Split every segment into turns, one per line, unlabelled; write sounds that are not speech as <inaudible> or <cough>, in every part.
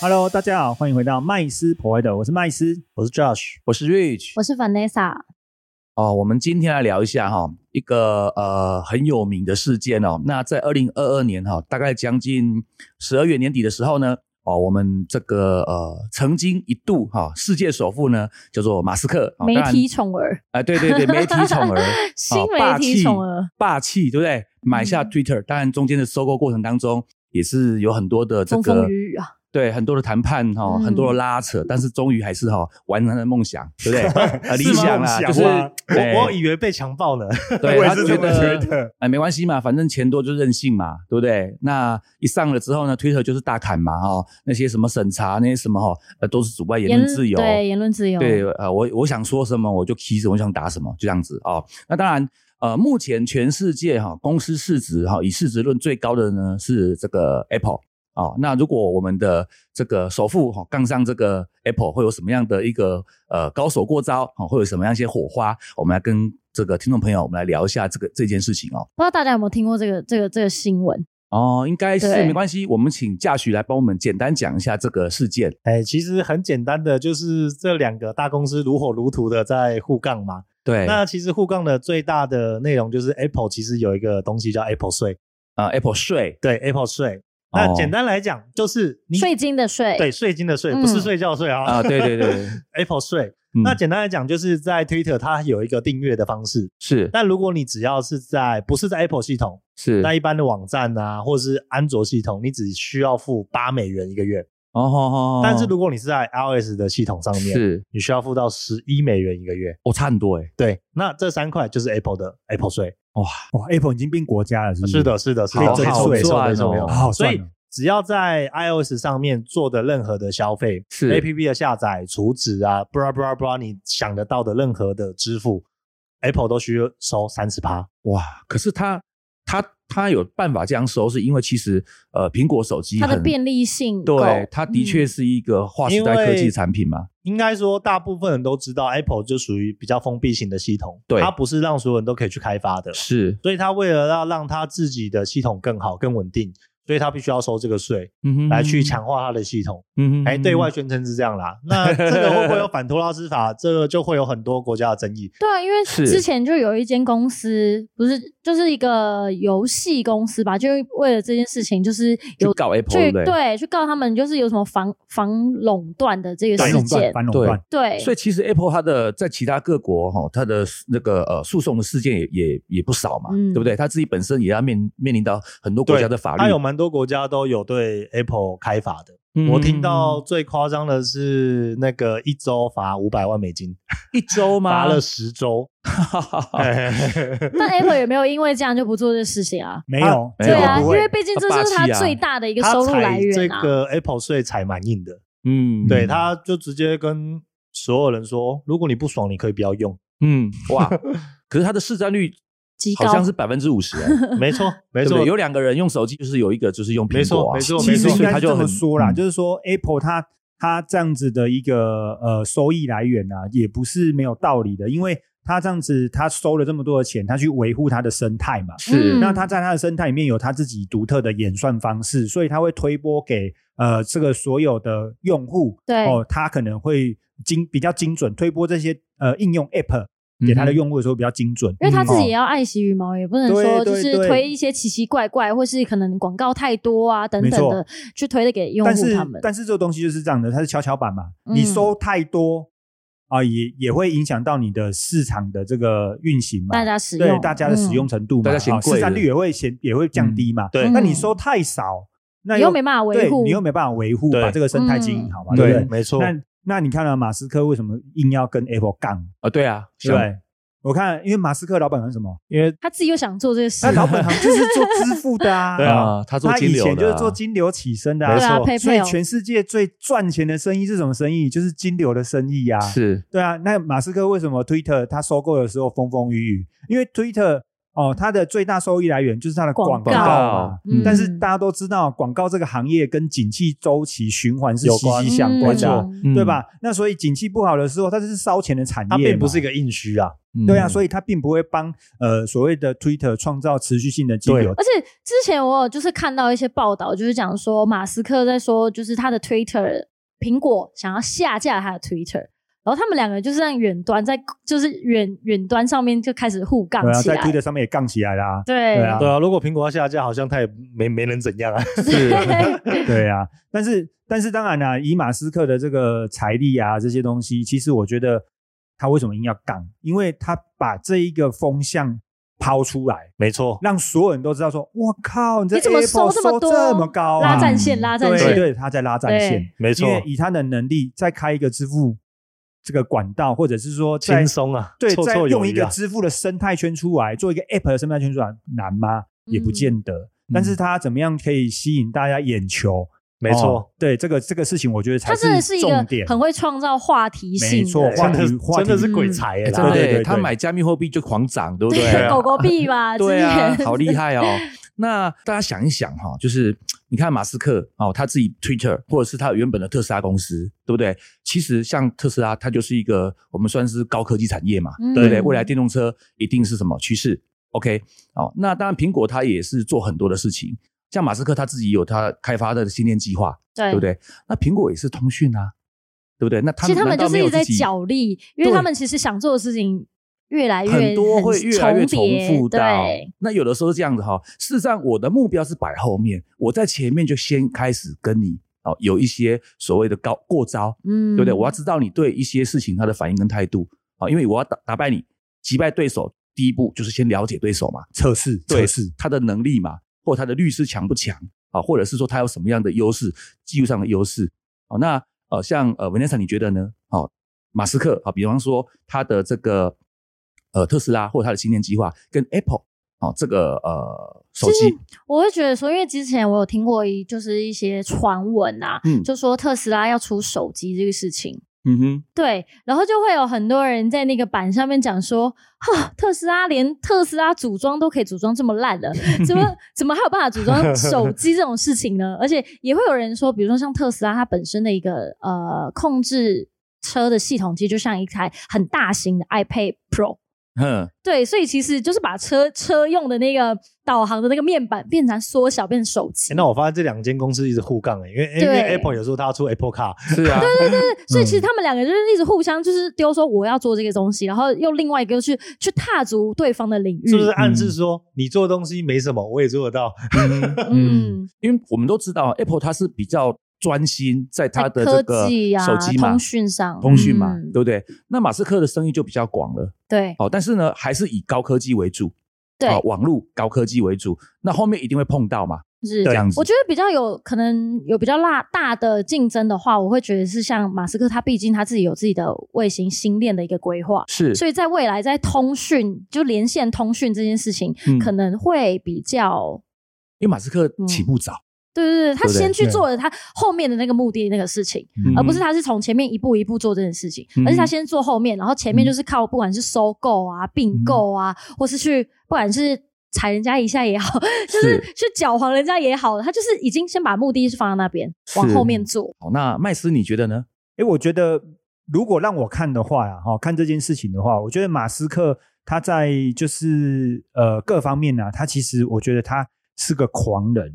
Hello，大家好，欢迎回到麦斯 Provider，我是麦斯，
我
<laughs>
是 Josh，
我是 Rich
我是 Vanessa，
哦，我们今天来聊一下哈、一个呃很有名的事件哦。那在二零二二年哈、大概将近十二月年底的时候呢，哦，我们这个呃曾经一度哈、世界首富呢叫做马斯克，哦、
媒
当然
体宠儿，
啊、对对对，媒体宠
<laughs>
儿，
新
哦
媒体宠儿，
霸气，霸气，对不对？买下
嗯
Twitter，、当然中间的收购过程当中也是有很多的这
风
个
风雨雨啊，
对很多的谈判哈、
嗯
很多的拉扯，但是终于还是哈、完成了梦想，对不
<laughs>
对？呃理
是吗
想
啊
啦，就
梦
是
哇
哎
我我以为被强暴了，
对，
我也
他
是这么觉得。
哎，没关系嘛，反正钱多就任性嘛，对不对？那一上了之后呢，Twitter 就是大砍嘛，哦，那些什么审查那些什么哈、哦，呃，都是主外言论自由，
对言论自由，
对，呃，我我想说什么我就 key 什么，我想打什么，就这样子哦。那当然，呃，目前全世界哈、公司市值哈、以市值论最高的呢是这个 Apple 哦。那如果我们的这个首富哈、杠上这个 Apple 会有什么样的一个呃高手过招哦，会有什么样一些火花？我们来跟这个听众朋友，我们来聊一下这个这件事情哦。
不知道大家有没有听过这个这个这个新闻？
哦，应该是
对
没关系，我们请驾徐来帮我们简单讲一下这个事件。
哎，其实很简单的，就是这两个大公司如火如荼的在互杠嘛。
对，
那其实互杠的最大的内容就是 Apple 其实有一个东西叫 Apple 税，
呃，Apple 税，
对 Apple 税。那
哦
简单来讲，就是你
税金的税，
对税金的税，
嗯
不是睡觉税
啊、
啊。
对对
<laughs>
对对，
Apple 税。
嗯
那简单来讲，就是在 Twitter 它有一个订阅的方式。
是
那如果你只要是在不是在 Apple 系统，
是
那一般的网站啊，或者是安卓系统，你只需要付八美元一个月。
哦吼吼，
但是如果你是在 iOS 的系统上面，
是
你需要付到十一美元一个月。
哦，差很多哎，
对，那这三块就是 Apple 的 Apple 税。
哇，Apple 已经变国家了，是不是？
是，的，是的，是
好
的，
好
没错，
赚
没错，没
哦
错
好。好
所
赚
以
哦。
只要在 iOS 上面做的任何的消费
是
，APP 的下载、储值啊，bra bra bra，你想得到的任何的支付，Apple 都需要收三十趴。
哇！可是他他他有办法这样收，是因为其实呃，苹果手机
它的
很
便利性够，
对，它的确
嗯
是一个划时代科技产品嘛，
应该说，大部分人都知道 Apple 就属于比较封闭型的系统，
对
它不是让所有人都可以去开发的，
是，
所以它为了要让它自己的系统更好、更稳定，所以它必须要收这个税
嗯哼
来去，强化它的系统。
嗯哼
哎、对外宣称是这样啦，那这个会不会有反托拉斯法？这个就会有很多国家的争议。
对啊，因为
是
之前就有一间公司，不是就是一个游戏公司吧，就是为了这件事情，就是有
去告 Apple，对
去
不对
对去告他们，就是有什么防防垄断的这个
反
事
垄断，
件，
反垄
对
断，
对，
所以其实 Apple 它的在其他各国哈、它的那个呃诉讼的事件也也也不少嘛，
嗯
对不对？它自己本身也要面面临到很多国家的法律。
它有蛮多国家都有对 Apple 开罚的。
嗯
我听到最夸张的是那个一周罚五百万美金，
一周吗？
<laughs> 罚了十周。
啊
<laughs> 哎
但 Apple 有没有因为这样就不做这事情啊？
没有，
没
<laughs> 对
有
啊，
不
因
会
为毕竟这就是
他霸
它
气啊
最大的一个
他
收入来
踩这
源啊。
个 Apple 税踩蛮硬的，
<laughs> 嗯，
对，他就直接跟所有人说，哦如果你不爽，你可以不要用。
嗯，哇！ <laughs> 可是它的市占率
极高
好像是百分之五十，欸
<laughs>
没错，没
对不
错
对？，有两个人用手机，就是有一个就是用苹
没
果
错，
啊
没，错，
其
没
实
错
应。
所以
该
它
是
就
这么
很
说啦，
嗯
就是说 Apple 它它这样子的一个呃收益来源啊，也不是没有道理的，因为它这样子它收了这么多的钱，它去维护它的生态嘛，
是
嗯
那它在它的生态里面有它自己独特的演算方式，所以它会推播给呃这个所有的用户，
对
哦，它可能会精比较精准推播这些呃应用
嗯
App 给它的用户的时候比较精准，
因为他自己
哦
也要爱惜羽毛，也不能
对
说
对
就是
对
推一些奇奇怪怪，或是可能广告太多啊等
没
等
错
的，去推的给用
但
户
是
他们。
但是这个东西就是这样的，它是跷跷板嘛，
嗯
你收太多啊、也也会影响到你的市场的这个运行嘛，
大家使
对
用嗯
大家的使用程度嘛，
大家嫌
啊
贵
市占率
了
也会显也会降低嘛。
对
那你
嗯
收太少，那
你又没办法维
对
护，
你又没办法维护，
对
把这个生态经营
嗯
好嘛，对
对，
不对？
没错。
那那你看到、马斯克为什么硬要跟 Apple 杠？
啊，对啊，
对不
想
对，我看，因为马斯克老板是什么？
因为
他自己又想做这个事
那，老本行就是做支付的
<laughs>
啊，
对啊
他做
他
金
以
流的啊，
前就是做金流起身的、
没
对
错
啊，佩
所
佩
以
哦，
全世界最赚钱的生意是什么生意？就是金流的生意呀、啊。
是
对啊，那马斯克为什么 Twitter 他收购的时候风风雨雨？因为 Twitter 哦，它的最大收益来源就是它的广
广告
嘛。
嗯
但是大家都知道，广告这个行业跟景气周期循环是
有
息
关
息相关
没错
的，
嗯
对？吧？那所以景气不好的时候，它就是烧钱的产业嘛，
它并不是一个硬需啊，
对啊，所
以
以它并不会帮呃所谓的 Twitter 创造持续性的金流。
而且之前我有就是看到一些报道，就是讲说马斯克在说，就是他的 Twitter 苹果想要下架他的 Twitter，然后他们两个就是在远端在就是远远端上面就开始互杠
对啊，
起
在
来，
Twitter 上面也杠起来啦。
对
对啊
对啊，如果苹果要下架，好像它也没没能怎样啊。 <laughs>
对啊，但是但是当然啦、以马斯克的这个财力啊这些东西，其实我觉得他为什么硬要杠？因为他把这一个风向抛出来，
没错，
让所有人都知道说，我靠，你这
你怎么
Apple
收
这
这么多
么高啊？
拉战线拉战
对
线，
对，他在拉战线，
没
因
错，
为以他的能力再开一个支付这个管道，或者是说在
轻松啊，
对，
绰
再
绰有
用一
余
个
啊。
支付的生态圈出来，做一个 App 的生态圈出来，难吗？
嗯
也不见得。但是它怎么样可以吸引大家眼球？
嗯没
哦
错，
对这个这个事情，我觉得才
他真的是一个
重点。
很会创造话题性
没错
的
话
真
题
人。
的是
话题
真的是鬼才耶
哎，真
啦
对对
的
对
耶，他买加密货币就狂涨，对不对？
对
<laughs>
啊
狗狗币嘛，之
<laughs> 对啊
前， <laughs>
好厉害哦！那大家想一想哈、就是你看马斯克哦，他自己 Twitter 或者是他原本的特斯拉公司，对不对？其实像特斯拉，它就是一个我们算是高科技产业嘛，
嗯
对不对？未来电动车一定是什么趋势？OK，哦，那当然苹果它也是做很多的事情，像马斯克他自己有他开发的芯片计划，
对
对不对？那苹果也是通讯啊，对不对？那他
其实他们
难
就
道
是
没
一
有
直在
自己
角力，因为
对
他们其实想做的事情越来越
很多会越来越重
叠
复到
对，。
那有的时候是这样子哈、事实上我的目标是摆后面，我在前面就先开始跟你哦有一些所谓的高过招，
嗯，
对不对？我要知道你对一些事情它的反应跟态度啊、哦因为我要打打败你，击败对手，第一步就是先了解对手嘛，
测试测
对
试，
他的能力嘛，或他的律师强不强啊，或者是说他有什么样的优势，技术上的优势啊。那呃，像呃 Vanessa，你觉得呢？哦，马斯克啊，比方说他的这个呃特斯拉或者他的芯片计划跟 Apple 哦这个呃手机，
我会觉得说，因为之前我有听过一就是一些传闻啊，
嗯
就说特斯拉要出手机这个事情。
嗯哼，
对，然后就会有很多人在那个板上面讲说，哈，特斯拉连特斯拉组装都可以组装这么烂了，怎么怎么还有办法组装手机这种事情呢？而且也会有人说，比如说像特斯拉它本身的一个呃控制车的系统，其实就像一台很大型的 iPad Pro。
哼，
对，所以其实就是把车车用的那个导航的那个面板变成缩小，变成手机。
诶欸那我发现这两间公司一直互杠欸诶，因为因为
对
Apple 有时候它要出 Apple Car，
是
<laughs>
啊，对对对，
所以其实他们两个就是一直互相就是丢说我要做这个东西，然后用另外一个去去踏足对方的领域，
是不是暗示说你做的东西没什么，我也做得到？
嗯，
因为我们都知道 Apple 它是比较专心在它的
在
这
科
个
技啊
手机嘛
通。讯上，
通讯嘛，
嗯
对不对？那马斯克的生意就比较广了，
对
哦，但是呢，还是以高科技为主，
对
啊，网络高科技为主，那后面一定会碰到嘛，
是
这样子
我觉得比较有可能有比较大大的竞争的话，我会觉得是像马斯克，他毕竟他自己有自己的卫星星链的一个规划，
是
所以在未来在通讯就连线通讯这件事情，
嗯
可能会比较。
因为马斯克
嗯
起步早，
对对对，他
对不对
先去
对
做了他后面的那个目的那个事情，
嗯
而不是他是从前面一步一步做这件事情，
嗯
而是他先做后面，然后前面就是靠不管是收购啊、并购啊，或是去不管是踩人家一下也好， <laughs> 就是去搅黄人家也好，他就是已经先把目的是放在那边，
是
往后面做。
好，那麦斯你觉得呢？
诶，我觉得如果让我看的话呀，哈、看这件事情的话，我觉得马斯克他在就是呃各方面呢、他其实我觉得他是个狂人，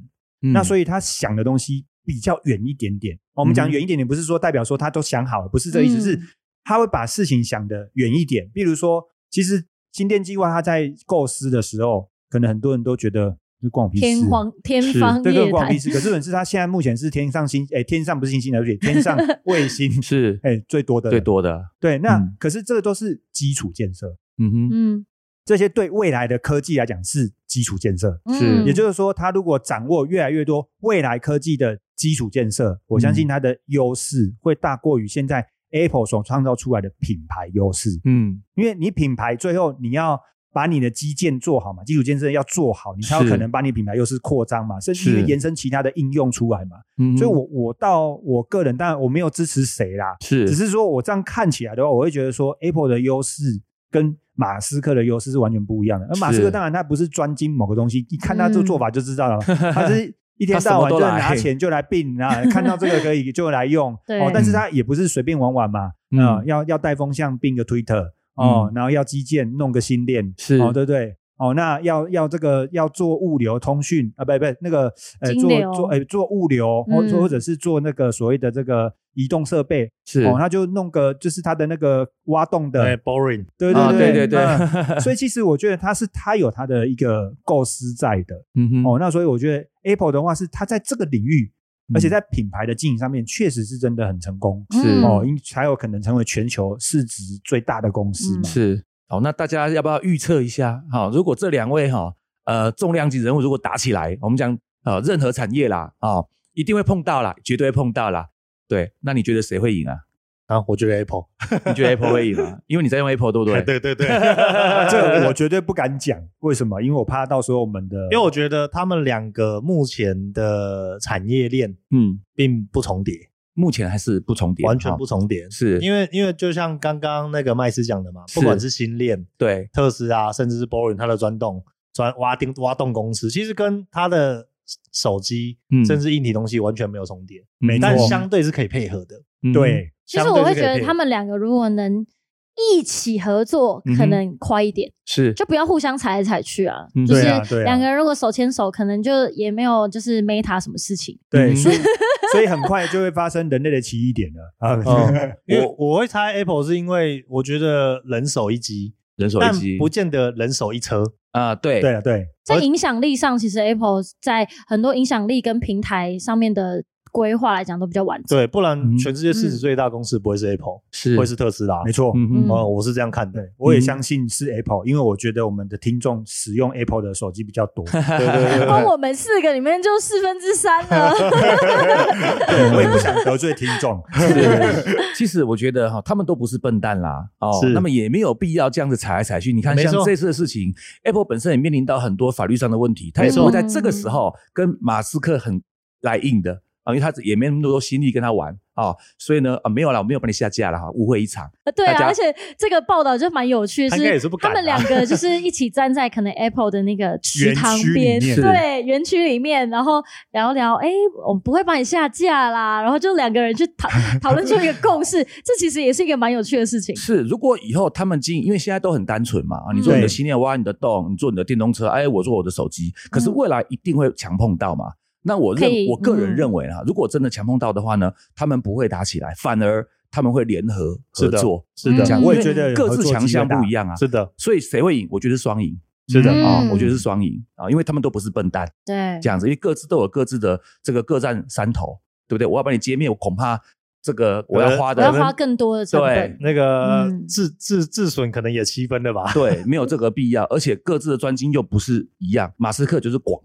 嗯
那所
以
以他想的东西比较远一点点。我们讲
嗯
远一点点，不是说代表说他都想好了，不是这个意思，
嗯
是他会把事情想的远一点。比如说，其实新电计划他在构思的时候，可能很多人都觉得这关我屁事啊，
天荒天
是
方
对，
夜
跟关我
谭
屁，事。可是问题是，他现在目前是天上星，哎，天上不是星星而且天上 <laughs> 卫星，
<laughs>
是
哎最多的
最多的，
对。那、
嗯
可是这个都是基础建设，
嗯哼，
嗯，
这些对未来的科技来讲是基础建设。
嗯
是
也就是说，他如果掌握越来越
嗯
多未来科技的基础建设，我相信他的优势会大过于现在 Apple 所创造出来的品牌优势。
嗯，
因为你品牌最后你要把你的基建做好嘛，基础建设要做好，你才有
是
可能把你品牌优势扩张嘛，甚至
是
延伸其他的应用出来嘛。
嗯
所以我，我到我个人，当然我没有支持谁啦，
是
只是说我这样看起来的话，我会觉得说 Apple 的优势跟马斯克的优势是完全不一样的。而马斯克
是
当然他不是专精某个东西，一看他这
嗯
做法就知道了，他
<laughs>
是。一天到晚就拿钱就来并啊，
<laughs>
看到这个可以就来用
对
哦，但是他也不是随便玩玩嘛，
嗯
啊，要要带风向并个 Twitter 哦
嗯，
然后要基建弄个新链
是
哦，对不对？哦，那要要这个要做物流通讯啊，不不，那个呃
金
做
流
做呃做物流，或
嗯
或者是做那个所谓的这个移动设备
是
哦，那就弄个就是它的那个挖洞的，
哎，boring，
对
啊
对
对对对
<laughs>
嗯所以其实我觉得它是它有它的一个构思在的
嗯哼
哦，那所以我觉得 Apple 的话是它在这个领域，而且在品牌的经营上面确实是真的很成功。
是
嗯
哦，因才有可能成为全球市值最大的公司嘛。
是好，那大家要不要预测一下？好、如果这两位哈、呃重量级人物如果打起来，我们讲呃任何产业啦啊、一定会碰到啦，绝对会碰到啦。对，那你觉得谁会赢啊？
啊，我觉得 Apple，
你觉得 Apple 会赢吗？因为你在用 Apple，对不
<laughs>
对？
<laughs> 对对对， <laughs>
这我绝对不敢讲，为什么？因为我怕到时候我们的，
因为我觉得他们两个目前的产业链
嗯，
并不重叠，
目前还是不重叠，
完全
好
不重叠，
是，
因为因为就像刚刚那个麦斯讲的嘛，
是
不管是新链、
对
特斯拉，甚至是 Boring 它的钻洞、钻挖钉、挖洞公司，其实跟它的手机、
嗯
甚至硬体东西完全没有重叠，
没
但
错
相对是可以配合的。
嗯 <laughs>
对，
其实
相
我
对
会
是
觉
可以
得
配
他
合
们两个如果能一起合作，可
嗯哼
能快一点，
是
就不要互相踩来踩去啊。
嗯
就是
对啊对啊
两个人如果手牵手，可能就也没有就是 Meta 什么事情。
对，
嗯
所以所以很快就会发生人类的奇异点了啊！
嗯呃
<laughs>
因为我会猜 Apple 是因为我觉得人手一机，
人手
但
一机
不见得人手一车。
啊、对
对了，对，
在影响力上，其实 Apple 在很多影响力跟平台上面的规划来讲都比较完整。
对，不然
嗯
全世界市值
嗯
最大的公司不会是 Apple，
是
会是特斯拉。
没错，
嗯
嗯
哼
哦，我是这样看的。
对，我也
嗯
相信是 Apple，因为我觉得我们的听众使用 Apple 的手机比较多，
嗯
对
<laughs>
对对对
光
对
我们四个里面就四分之三了。
对，我也不想得罪听众，
是，其实我觉得哈，他们都不是笨蛋啦，哦
是，
他们也没有必要这样子踩来踩去。你看，
没
像
错
这次的事情，Apple 本身也面临到很多法律上的问题，他也
没
不
错
会在这个时候跟马斯克很来硬的啊，因为他也没那么多心力跟他玩啊，所以呢啊，没有啦，我没有把你下架了哈，误会一场。
对
大
啊，
家
而且这个报道就蛮有趣，
他应该也是不
他
敢啊
们两个就是一起站在可能 Apple 的那个池塘边，
园区里面
对，园区里面，然后聊聊，哎，我们不会把你下架啦，然后就两个人去讨讨论出一个共识，这其实也是一个蛮有趣的事情。
是，如果以后他们经营，因为现在都很单纯嘛，啊，你做
对
你的新链挖你的洞，你做你的电动车，哎，我做我的手机，可是
嗯
未来一定会强碰到嘛。那我认
可以
我个人
嗯
认为啊，如果真的强碰到的话呢，他们不会打起来，反而他们会联合合
是的
作，
是的
这样
嗯
因为
我也觉
得
各
合
自
作
强
机会
项
大
不一样啊，
是的，
所以谁会赢？我觉得双赢
是的
嗯
啊，我觉得是双赢啊，因为他们都不是笨蛋，
对
这样子，因为各自都有各自的这个各占山头，对不对？我要把你歼灭，我恐怕这个我要花
我
的
要花更多的成
对
本。
哎那个
嗯
自自自损可能也七分了吧？
<laughs> 对，没有这个必要，而且各自的专精又不是一样。马斯克就是广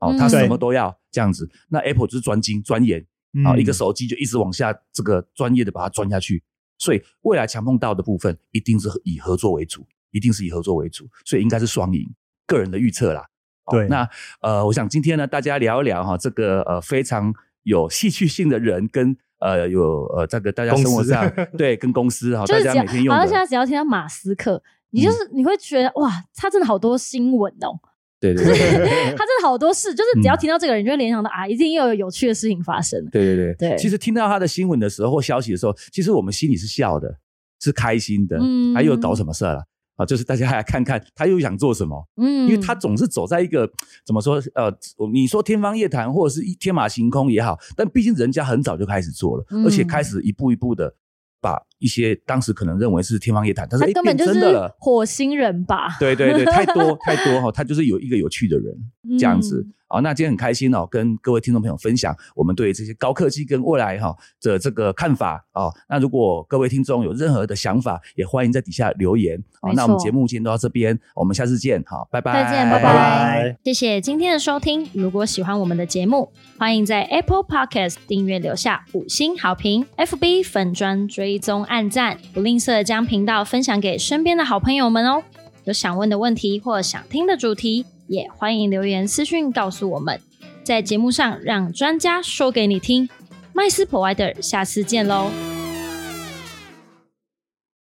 哦
嗯，
他什么都要这样子，那 Apple 就是专精钻研啊、
嗯
一个手机就一直往下这个专业的把它钻下去。所以未来强碰到的部分，一定是以合作为主，一定是以合作为主，所以应该是双赢。个人的预测啦。哦
对
那呃，我想今天呢，大家聊一聊哈，这个呃非常有戏剧性的人跟呃有呃这个大家
公司
生活上 <laughs> 对跟公司哈，
就
大
是
家
只要
每天，用
好
的嗯
像现在只要听到马斯克，你就是、你会觉得哇，他真的好多新闻哦，
对对对对
他真的好多事，就是只要
嗯
听到这个人，你就会联想到啊，一定又有有趣的事情发生。
对对
对
其实听到他的新闻的时候或消息的时候，其实我们心里是笑的，是开心的，哎
嗯
他又搞什么事儿了啊？就是大家来看看他又想做什么，因
嗯，
为他总是走在一个怎么说呃，你说天方夜谭或者是一天马行空也好，但毕竟人家很早就开始做了，
嗯
而且开始一步一步的把一些当时可能认为是天方夜谭，但是
他
哎
根本
变
就是
真的了。
火星人吧？
对对对，太多太多哈、他就是有一个有趣的人，这样子
嗯。
好、那今天很开心哦，跟各位听众朋友分享我们对这些高科技跟未来哈、的这个看法哦。那如果各位听众有任何的想法，也欢迎在底下留言。好、
没错
那我们节目今天都到这边，我们下次见。好，拜拜，
再见拜
拜
拜谢谢今天的收听。如果喜欢我们的节目，欢迎在 Apple Podcast 订阅留下五星好评，FB 粉砖追踪按赞，不吝啬将频道分享给身边的好朋友们哦。有想问的问题或想听的主题，也欢迎留言私讯告诉我们，在节目上让专家说给你听。麦斯 Provider，下次见喽。